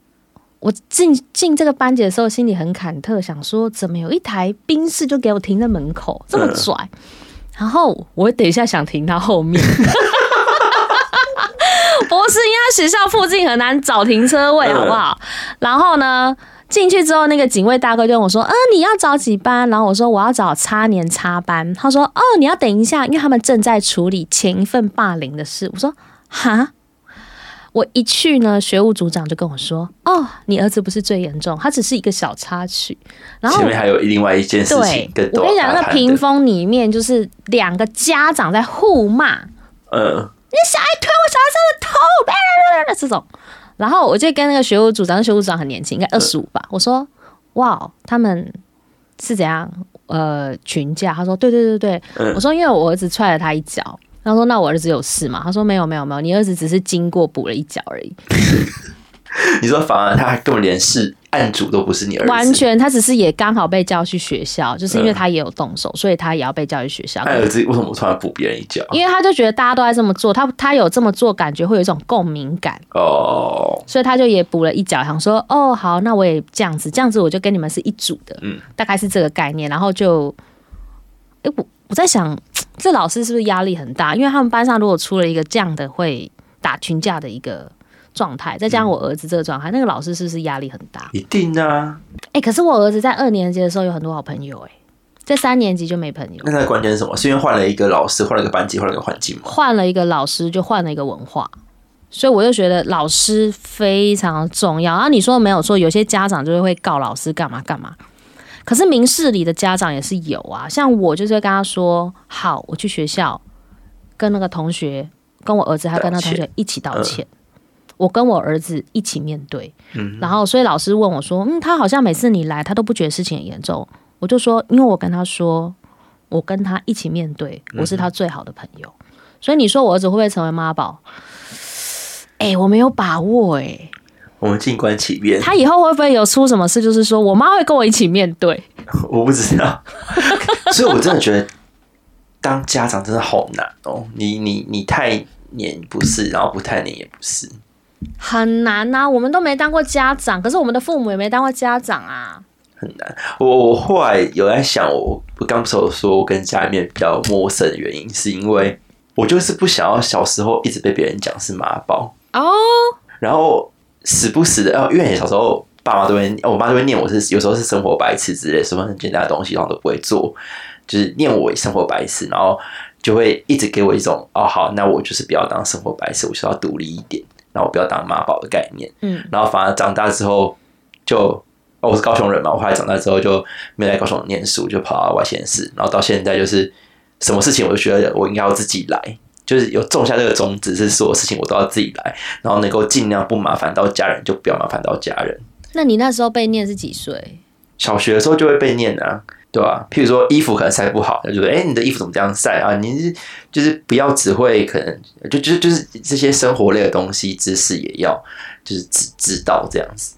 S2: 我进进这个班级的时候，心里很忐忑，想说怎么有一台宾士就给我停在门口，这么
S1: 嗯
S2: 拽。然后我等一下想停他后面， 不是因为他学校附近很难找停车位，
S1: 嗯
S2: 好不好？然后呢？进去之后，那个警卫大哥就问我说：“嗯、你要找几班？”然后我说：“我要找差年差班。”他说：“哦，你要等一下，因为他们正在处理前一份霸凌的事。”我说：“哈，我一去呢，学务组长就跟我说：“哦，你儿子不是最严重，他只是一个小插曲。”然后
S1: 前面还有另外一件事
S2: 哦对
S1: 情更，
S2: 我
S1: 多。啊
S2: 跟你讲，那个屏，风里面就是两个家长在互骂，你
S1: 嗯，
S2: 小孩推我小孩上的头，呃这种。然后我就跟那个学务组长，那学务组长很年轻，应该二十五
S1: 嗯
S2: 吧，我说：“哇，他们是怎样？呃，群架？”他说：“对对对对。
S1: 嗯
S2: 我说：“因为我儿子踹了他一脚。”他说：“那我儿子有事吗？”他说：“没有没有没有，你儿子只是经过补了一脚而已。”
S1: 你说反而他根本连是案主都不是你儿子，嗯
S2: 完全，他只是也刚好被叫去学校，就是因为他也有动手，所以他也要被叫去学校
S1: 他。儿子为什么突然补别人一脚？
S2: 因为他就觉得大家都在这么做，他他有这么做，感觉会有一种共鸣感，
S1: 哦，
S2: 所以他就也补了一脚，想说哦好，那我也这样子，这样子我就跟你们是一组的，
S1: 嗯
S2: 大概是这个概念。然后就，哎、我我在想，这老师是不是压力很大？因为他们班上如果出了一个这样的会打群架的一个状态，再加上我儿子这个状态，那个老师是不是压力很大？
S1: 一定啊。
S2: 哎、可是我儿子在二年级的时候有很多好朋友、欸，哎，在三年级就没朋友
S1: 那，他的关键是什么？是因为换了一个老师，换了一个班级，换了一个环境吗？
S2: 换了一个老师就换了一个文化，所以我就觉得老师非常重要。然啊后你说的没有错，有些家长就是会告老师干嘛干嘛，可是明事理的家长也是有啊，像我就是会跟他说，好，我去学校跟那个同学，跟我儿子还有跟那个同
S1: 道
S2: 学一起道歉。我跟我儿子一起面对，
S1: 嗯
S2: 然后所以老师问我说：“嗯，他好像每次你来，他都不觉得事情很严重。”我就说：“因为我跟他说，我跟他一起面对，我
S1: 嗯
S2: 是他最好的朋友。所以你说我儿子会不会成为妈宝？哎、我没有把握哎、
S1: 我们静观其变。
S2: 他以后会不会有出什么事？就是说我妈会跟我一起面对，
S1: 我不知 道，所以我真的觉得当家长真的好难哦。你你你太黏不是，然后不太黏也不是。
S2: 很难呐、我们都没当过家长，可是我们的父母也没当过家长啊。
S1: 我我后来有在想，我我刚不是有说我跟家里面比较陌生的原因，是因为我就是不想要小时候一直被别人讲是妈宝，
S2: 哦，
S1: 然后时不时的，哦，因为小时候爸妈都会，哦我妈都会念我是有时候是生活白痴之类，什么很简单的东西然后都不会做，就是念我生活白痴，然后就会一直给我一种哦好，那我就是不要当生活白痴，我就是要独立一点，然后我不要当妈宝的概念。
S2: 嗯，
S1: 然后反而长大之后就，哦，我是高雄人嘛，我后来长大之后就没来高雄念书，就跑到外县市，然后到现在就是什么事情我都觉得我应该要自己来，就是有种下这个种子，是所有事情我都要自己来，然后能够尽量不麻烦到家人，就不要麻烦到家人。
S2: 那你那时候被念是几岁？
S1: 小学的时候就会被念啊。对吧、譬如说衣服可能晒不好，就觉得哎，你的衣服怎么这样晒啊？你是就是不要只会可能就就就是这些生活类的东西知识也要就是知知道这样子。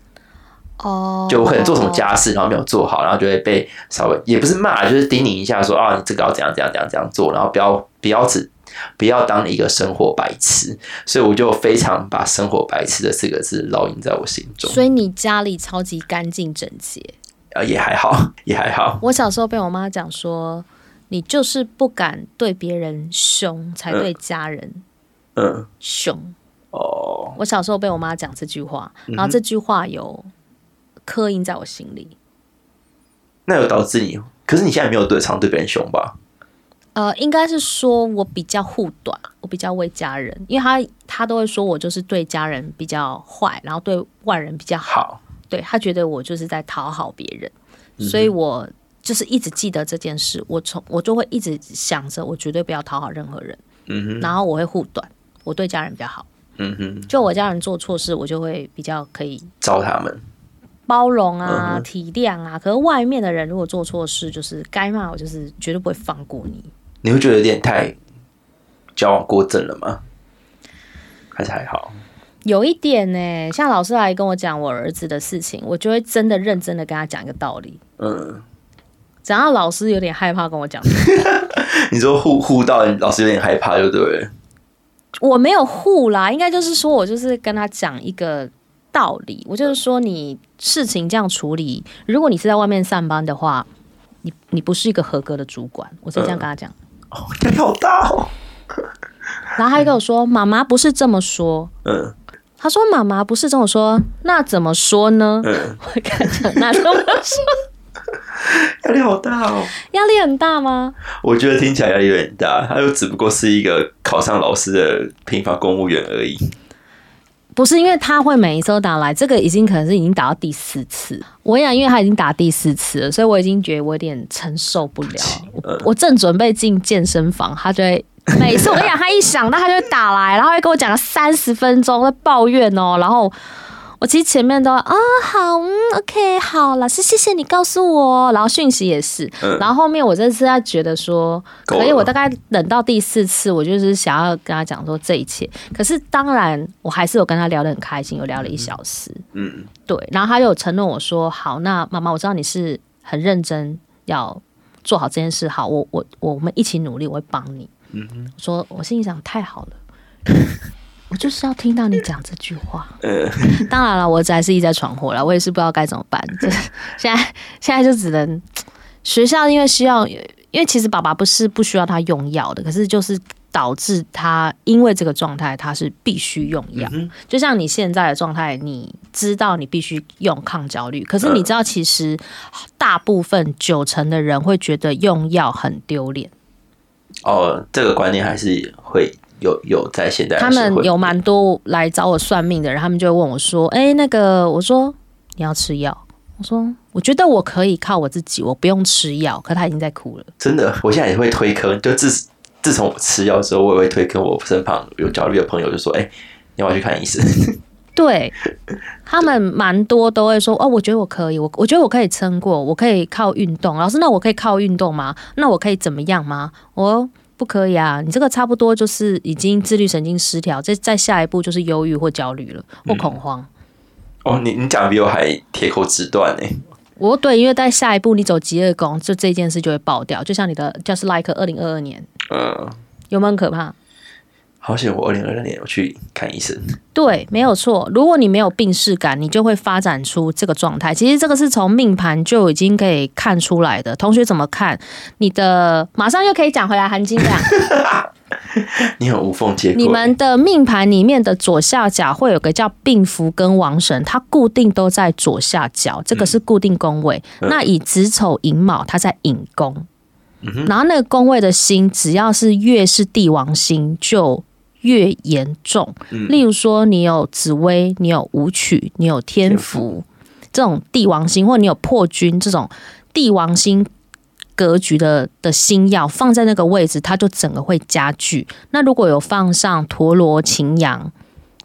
S2: 哦，
S1: 就我可能做什么家事，然后没有做好，然后就会被稍微也不是骂，就是叮咛一下说啊，你这个要怎样怎样怎样怎样做，然后不要不要只不要当一个生活白痴。所以我就非常把“生活白痴”的四个字烙印在我心中，
S2: 所以你家里超级干净整洁。
S1: 啊，也还好，也还好。
S2: 我小时候被我妈讲说，你就是不敢对别人凶，才对家人
S1: 嗯，
S2: 凶。
S1: 哦，
S2: 我小时候被我妈讲这句话，然后这句话有刻印在我心里。
S1: 那有导致你，可是你现在没有对常对别人凶吧？
S2: 呃，应该是说我比较护短，我比较为家人，因为他他都会说我就是对家人比较坏，然后对外人比较好，
S1: 好，
S2: 对他觉得我就是在讨好别人，
S1: 嗯
S2: 所以我就是一直记得这件事，我从我就会一直想着我绝对不要讨好任何人，
S1: 嗯哼，
S2: 然后我会护短，我对家人比较好，
S1: 嗯哼，
S2: 就我家人做错事，我就会比较可以
S1: 招他们，
S2: 包容
S1: 嗯
S2: 啊、体谅啊，可是外面的人如果做错事，就是该骂我，就是绝对不会放过你。
S1: 你会觉得有点太交往过正了吗？还是还好？
S2: 有一点呢、像老师来跟我讲我儿子的事情，我就会真的认真的跟他讲一个道理。
S1: 嗯，
S2: 只要老师有点害怕跟我讲，
S1: 你说互互到你老师有点害怕，就对了。
S2: 我没有护啦，应该就是说我就是跟他讲一个道理，我就是说你事情这样处理，如果你是在外面上班的话，你你不是一个合格的主管，我是这样跟他讲。
S1: 哦，压力好大哦。
S2: 然后他就跟我说，妈妈不是这么说，
S1: 嗯
S2: 他说妈妈不是这么说，那怎么说呢？
S1: 嗯，
S2: 我跟他讲那怎么说？
S1: 压力好大哦。
S2: 压力很大吗？
S1: 我觉得听起来压力有点大，他又只不过是一个考上老师的平凡公务员而已。
S2: 不是，因为他会每一次都打来，这个已经可能是已经打到第四次。我跟你讲，因为他已经打第四次了，所以我已经觉得我有点承受不了。我我正准备进健身房，他就会。每次我跟你讲，他一想到他就会打来，然后会跟我讲了三十分钟在抱怨哦。然后我其实前面都啊、好，嗯，OK，好，老师谢谢你告诉我。哦然后讯息也是，
S1: 嗯
S2: 然后后面我这次他觉得说，
S1: 够了
S2: 可以，我大概等到第四次，我就是想要跟他讲说这一切。可是当然，我还是有跟他聊得很开心，有聊了一小时。
S1: 嗯，
S2: 对，然后他就有承诺我说：“好，那妈妈，我知道你是很认真要做好这件事，好，我我我们一起努力，我会帮你。”嗯，说我心里想太好了， 我就是要听到你讲这句话。
S1: 呃，
S2: 当然了，我还是一直在闯祸了，我也是不知道该怎么办。 就是现在现在就只能学校，因为需要，因为其实爸爸不是不需要他用药的，可是就是导致他因为这个状态，他是必须用药。就像你现在的状态，你知道你必须用抗焦虑，可是你知道其实大部分九成的人会觉得用药很丢脸，
S1: 哦，这个观念还是会有有在现代的
S2: 他
S1: 社
S2: 们
S1: 会
S2: 有蛮多来找我算命的人，他们就会问我说：“哎、那个，我说你要吃药？”我说：“我觉得我可以靠我自己，我不用吃药。”可他已经在哭了。
S1: 真的，我现在也会推坑，就自自从我吃药之后，我也会推坑我身旁有焦虑的朋友，就说：“哎、你要不要去看医生
S2: 对 他们蛮多都会说：“哦，我觉得我可以，我我觉得我可以撑过，我可以靠运动。”老师，那我可以靠运动吗？那我可以怎么样吗？我。不可以啊！你这个差不多就是已经自律神经失调，再再下一步就是忧郁或焦虑了，或恐慌。？”
S1: 哦，你你讲得比我还铁口直断呢、
S2: 我对，因为在下一步你走极恶宫，就这件事就会爆掉，就像你的就是 like 二零二二年
S1: 嗯，
S2: 有没有很可怕？
S1: 好险！我二零二零年有去看医生，
S2: 对，没有错。如果你没有病视感，你就会发展出这个状态。其实这个是从命盘就已经可以看出来的。同学怎么看？你的马上又可以讲回来含金量。
S1: 你很无缝接轨。
S2: 你们的命盘里面的左下角会有个叫病符跟王神，它固定都在左下角，这个是固定宫位。
S1: 嗯
S2: 那以子丑寅卯，它在寅宫，
S1: 嗯哼
S2: 然后那个宫位的星，只要是越是帝王星，就越严重。
S1: 嗯
S2: 例如说，你有紫薇，你有武曲，你有天
S1: 天
S2: 福这种帝王星，或你有破军这种帝王星格局的的星耀放在那个位置，它就整个会加剧。那如果有放上陀螺、擎羊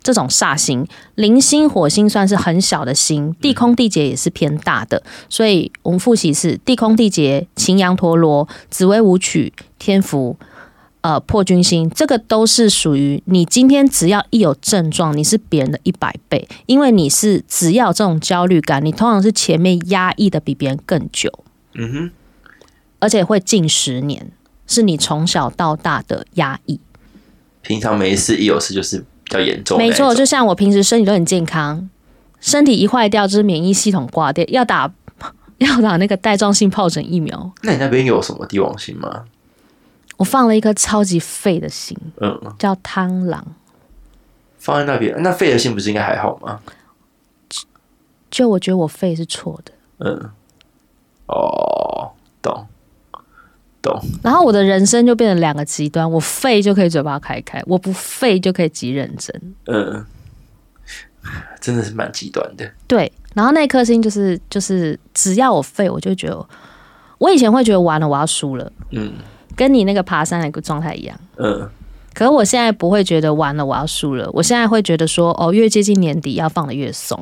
S2: 这种煞星，零星、火星算是很小的星，
S1: 嗯
S2: 地空地劫也是偏大的，所以我们复习是地空地劫、擎羊、陀螺、紫微舞曲、天福。呃，破军星这个都是属于你今天只要一有症状，你是别人的一百倍，因为你是只要有这种焦虑感，你通常是前面压抑的比别人更久。
S1: 嗯哼，
S2: 而且会近十年，是你从小到大的压抑。
S1: 平常没事，一有事就是比较严重的那
S2: 没
S1: 一种。
S2: 错，就像我平时身体都很健康，身体一坏掉就是免疫系统挂掉，要打 要打那个带状性疱疹疫苗。
S1: 那你那边有什么帝王星吗？
S2: 我放了一颗超级废的心，
S1: 嗯，
S2: 叫螳螂。
S1: 放在那边，那肺的星不是应该还好吗？
S2: 就我觉得我肺是错的，
S1: 嗯，哦，懂，懂，
S2: 然后我的人生就变成两个极端，我废就可以嘴巴开开，我不废就可以极认真。
S1: 嗯，真的是蛮极端的。
S2: 对，然后那一颗星就是就是，只要我废，我就觉得我，我以前会觉得完了，我要输了，
S1: 嗯
S2: 跟你那个爬山的一个状态一样。
S1: 嗯，
S2: 可是我现在不会觉得完了，我要输了。我现在会觉得说，哦，越接近年底要放的越松。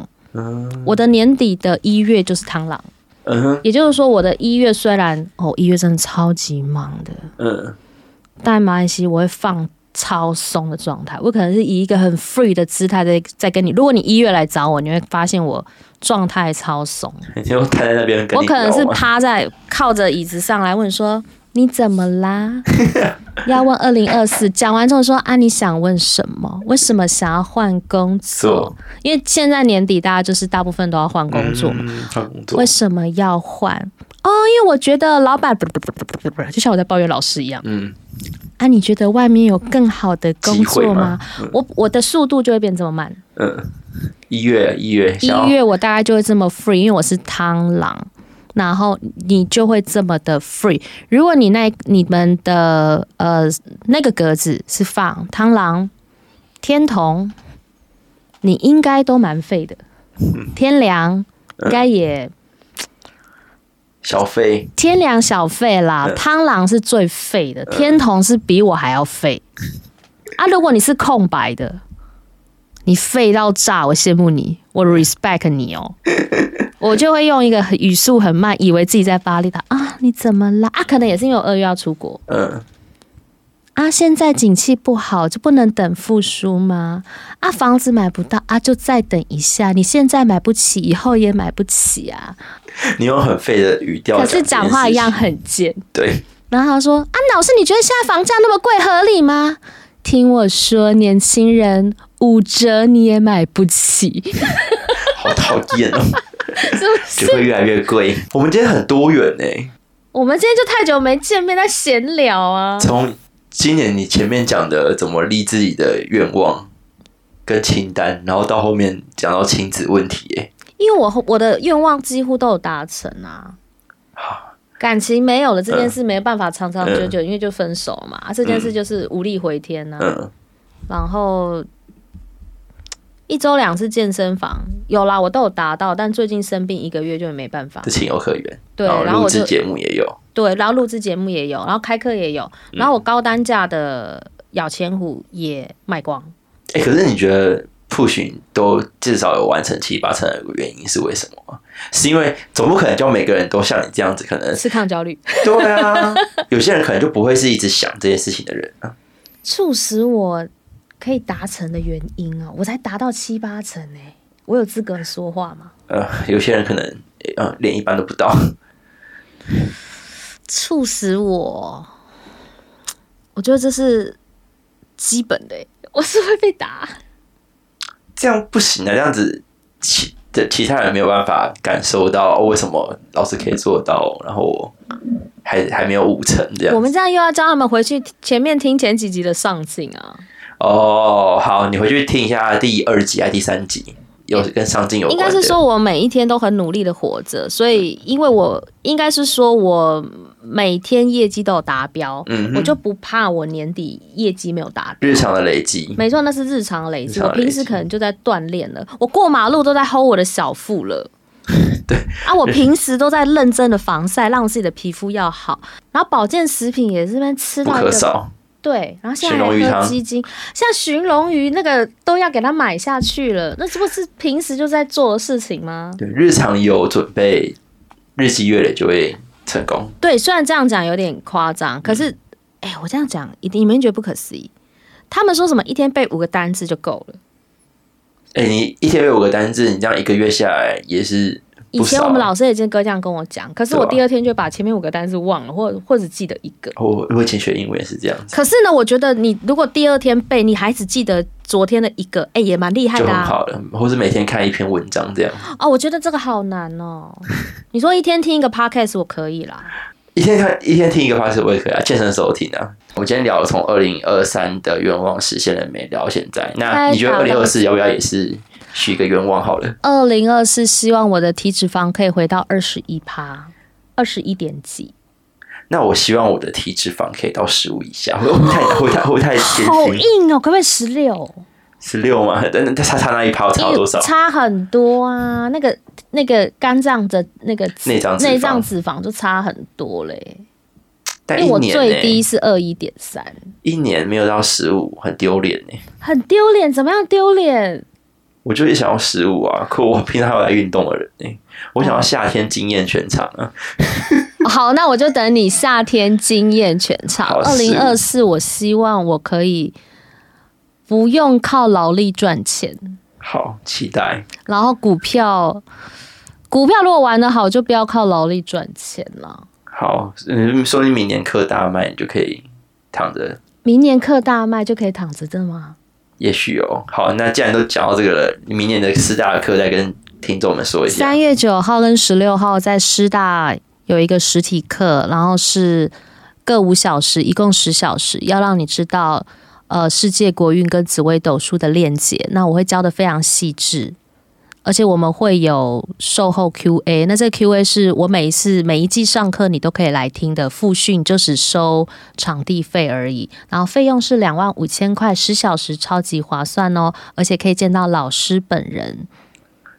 S2: 我的年底的一月就是螳螂，
S1: 嗯哼，
S2: 也就是说，我的一月虽然哦，一月真的超级忙的，
S1: 嗯
S2: 但马来西亚我会放超松的状态。我可能是以一个很 free 的姿态在在跟你。如果你一月来找我，你会发现我状态超松。
S1: 你就待在那边跟
S2: 我
S1: 你
S2: 可能
S1: 聊啊
S2: 是
S1: 吗
S2: 趴在靠着椅子上来问说你怎么啦？ 要问二零二四，讲完之后说啊，你想问什么？为什么想要换工作
S1: 做？
S2: 因为现在年底大家就是大部分都要换工作嘛。
S1: 嗯换工作
S2: 为，什么要换？哦，因为我觉得老板不不不不不不，就像我在抱怨老师一样。
S1: 嗯，
S2: 啊，你觉得外面有更好的工
S1: 机会
S2: 作吗
S1: 吗？
S2: 我我的速度就会变这么慢。
S1: 嗯，一月啊一月想要
S2: 一月我大概就会这么 free，因为我是螳螂，然后你就会这么的 free。如果你那你们的呃那个格子是放螳螂、天童，你应该都蛮废的。
S1: 嗯
S2: 天良应该也
S1: 小费，
S2: 天良小费啦，
S1: 嗯
S2: 螳螂是最废的，天童是比我还要废。啊，如果你是空白的，你废到炸，我羡慕你，我 respect 你哦。我就会用一个很语速很慢，以为自己在巴厘岛啊，你怎么啦？啊，可能也是因为我二月要出国
S1: 嗯
S2: 啊，现在景气不好，就不能等复苏吗？啊，房子买不到啊，就再等一下，你现在买不起，以后也买不起啊。
S1: 你用很废的语调，
S2: 可是讲话一样，很贱。
S1: 对，
S2: 然后他说：“啊，老师，你觉得现在房价那么贵合理吗？”听我说，年轻人五折你也买不起，
S1: 好讨厌哦，
S2: 是不
S1: 只
S2: 是？
S1: 会越来越贵。 我们今天很多元欸呢，
S2: 我们今天就太久没见面，在闲聊啊。
S1: 从今年你前面讲的怎么立自己的愿望跟清单，然后到后面讲到亲子问题，哎，
S2: 因为我我的愿望几乎都有达成啊。感情没有了这件事没办法长长久久，因为就分手嘛。啊，这件事就是无力回天呐、
S1: 嗯
S2: 然后一周两次健身房有啦，我都有达到，但最近生病一个月就没办法。
S1: 这情有可原。
S2: 对，然后
S1: 录
S2: 我就
S1: 制节目也有，
S2: 对，然后录制节目也有，然后开课也有，然后我高单价的咬钱虎也卖光。
S1: 哎、可是你觉得 push 都至少有完成七八成的原因是为什么吗？是因为总不可能叫每个人都像你这样子，可 能
S2: 是抗焦虑
S1: 对啊，有些人可能就不会是一直想这件事情的人啊。
S2: 促使我可以达成的原因啊，我才达到七八成呢、我有资格说话吗？
S1: 呃，有些人可能呃连一般都不到。
S2: 促使我，我觉得这是
S3: 基本的欸、我是会被 打。
S1: 这样不行啊，这样子其的其他人没有办法感受到、哦为什么老师可以做到，然后我还还没有五成这样
S2: 我
S1: 子。
S2: 们这样又要叫他们回去前面听前几集的上镜啊，
S1: 哦，好，你回去听一下第二集还是第三集，有跟上镜有
S2: 应
S1: 关的。嗯
S2: 该是说我每一天都很努力的活着，所以因为我应该是说我每天业绩都有达标，
S1: 嗯哼
S2: 我就不怕我年底业绩没有达标。
S1: 日常的累积，
S2: 没错，那是日常累积。
S1: 日常
S2: 我
S1: 累积
S2: 平时可能就在锻炼了，我过马路都在 hold 我的小腹了。
S1: 对
S2: 啊，我平时都在认真的防晒，让自己的皮肤要好。然后保健食品也是边吃
S1: 不
S2: 到一
S1: 可
S2: 个
S1: 少。
S2: 对，然后现在
S1: 寻龙鱼
S2: 还喝
S1: 汤
S2: 鸡精，像寻龙鱼那个都要给它买下去了，那这不是平时就在做的事情吗？
S1: 对，日常有准备，日积月累就会成功。
S2: 对，虽然这样讲有点夸
S1: 嗯
S2: 张，可是，哎、我这样讲一定你们觉得不可思议。他们说什么一天背五个单字就够了？
S1: 哎、你一天有五个单字，你这样一个月下来也是
S2: 以
S1: 不
S2: 前
S1: 少。啊
S2: 我们老师也经哥这样跟我讲，可是
S1: 对啊
S2: 我第二天就把前面五个单字忘了，或或者记得一个。
S1: 我我以前学英文也是这样子，
S2: 可是呢，我觉得你如果第二天背，你还只记得昨天的一个，哎、也蛮厉害
S1: 就
S2: 的
S1: 很
S2: 啊。
S1: 好了，或是每天看一篇文章这样。
S2: 哦，我觉得这个好难哦。 你说一天听一个 podcast 我可以啦，
S1: 一天看一天听一个 p o d 我也可以啊，健身手听啊。我们今天聊从二零二三的愿望实现了没？聊到现在，那你觉得二
S2: 太
S1: 零
S2: 好
S1: 二
S2: 了
S1: 四要不要也是许一个愿望好了？
S2: 二零二四希望我的体脂肪可以回到二十一趴，二十一点几。
S1: 那我希望我的体脂肪可以到十五以下，会 不会太会太会太
S2: 好
S1: 艰辛？
S2: 硬哦，可不可以十六？
S1: 十六吗？但但差差那一趴差多少？
S2: 差很多啊！那个那个肝脏的那个脂
S1: 内脏脂肪
S2: 内脏脂肪就差很多嘞，
S1: 但
S2: 因为
S1: 一
S2: 我
S1: 年、欸、
S2: 最低是二一点三，
S1: 一年没有到十五，很丢脸呢。
S2: 很丢脸。怎么样 丢脸？
S1: 我就也想要十五啊，可我平常还有来运动的人呢、我
S2: 哦
S1: 想要夏天惊艳全场啊。
S2: 好，那我就等你夏天惊艳全场。
S1: 好
S2: 二零二四，
S1: 15
S2: 我希望我可以不用靠劳力赚钱，
S1: 好，期待。
S2: 然后股票，股票如果玩得好，就不要靠劳力赚钱了。
S1: 好，嗯，说不定明年科大卖，你就可以躺着，
S2: 明年课大卖就可以躺着，真的吗？
S1: 也许哦。好，那既然都讲到这个了，明年的四大课再跟听众们说一下
S2: 三。月九号跟十六号在师大有一个实体课，然后是各五小时，一共十小时，要让你知道呃世界国运跟紫微斗数的链接。那我会教的非常细致，而且我们会有售后 Q&A。那这 Q&A 是我每一次每一季上课你都可以来听的，复训就只收场地费而已，然后费用是两万五千块，十小时超级划算哦，而且可以见到老师本人。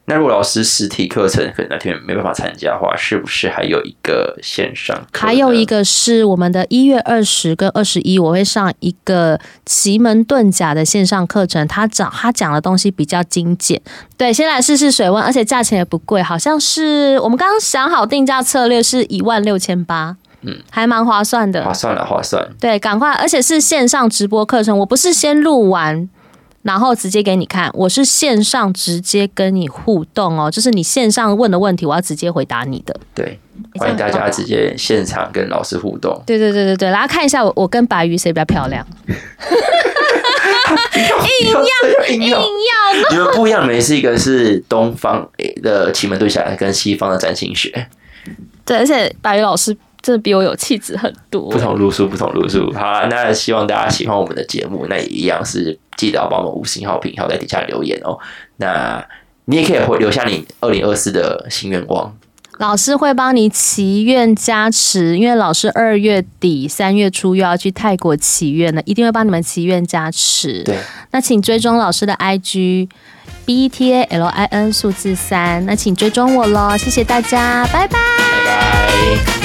S1: 那如果老师实体课程可能那天没办法参加的话，是不是还有一个线上课呢？
S2: 还有一个是我们的一月二十跟二十一，我会上一个奇门遁甲的线上课程，他讲他讲的东西比较精简。对，先来试试水温，而且价钱也不贵，好像是我们刚刚想好定价策略是一万六千八，嗯，还蛮划算的
S1: 划。算了，划算。
S2: 对，赶快，而且是线上直播课程，我不是先录完。然后直接给你看，我是线上直接跟你互动哦，就是你线上问的问题，我要直接回答你的。
S1: 对，
S2: 诶
S1: 欢迎大
S2: 这样很
S1: 家
S2: 棒啊
S1: 直接现场跟老师互动。
S2: 对对对对对，来看一下我我跟白鱼谁比较漂亮？
S1: 硬要硬要，你们不一样，你们是一个是东方的奇门遁甲跟西方的占星学，
S2: 对，而且白鱼老师真的比我有气质很多
S1: 不。同路数，不同路数。好啦，那希望大家喜欢我们的节目，那也一样是记得要帮我们五星好评，还有在底下留言哦。那你也可以回留下你二零二四的新愿望。
S2: 老师会帮你祈愿加持，因为老师二月底三月初又要去泰国祈愿了，一定会帮你们祈愿加持。
S1: 对，
S2: 那请追踪老师的 IG B T A L I N 数字三，那请追踪我喽，谢谢大家，拜拜。
S1: 拜拜。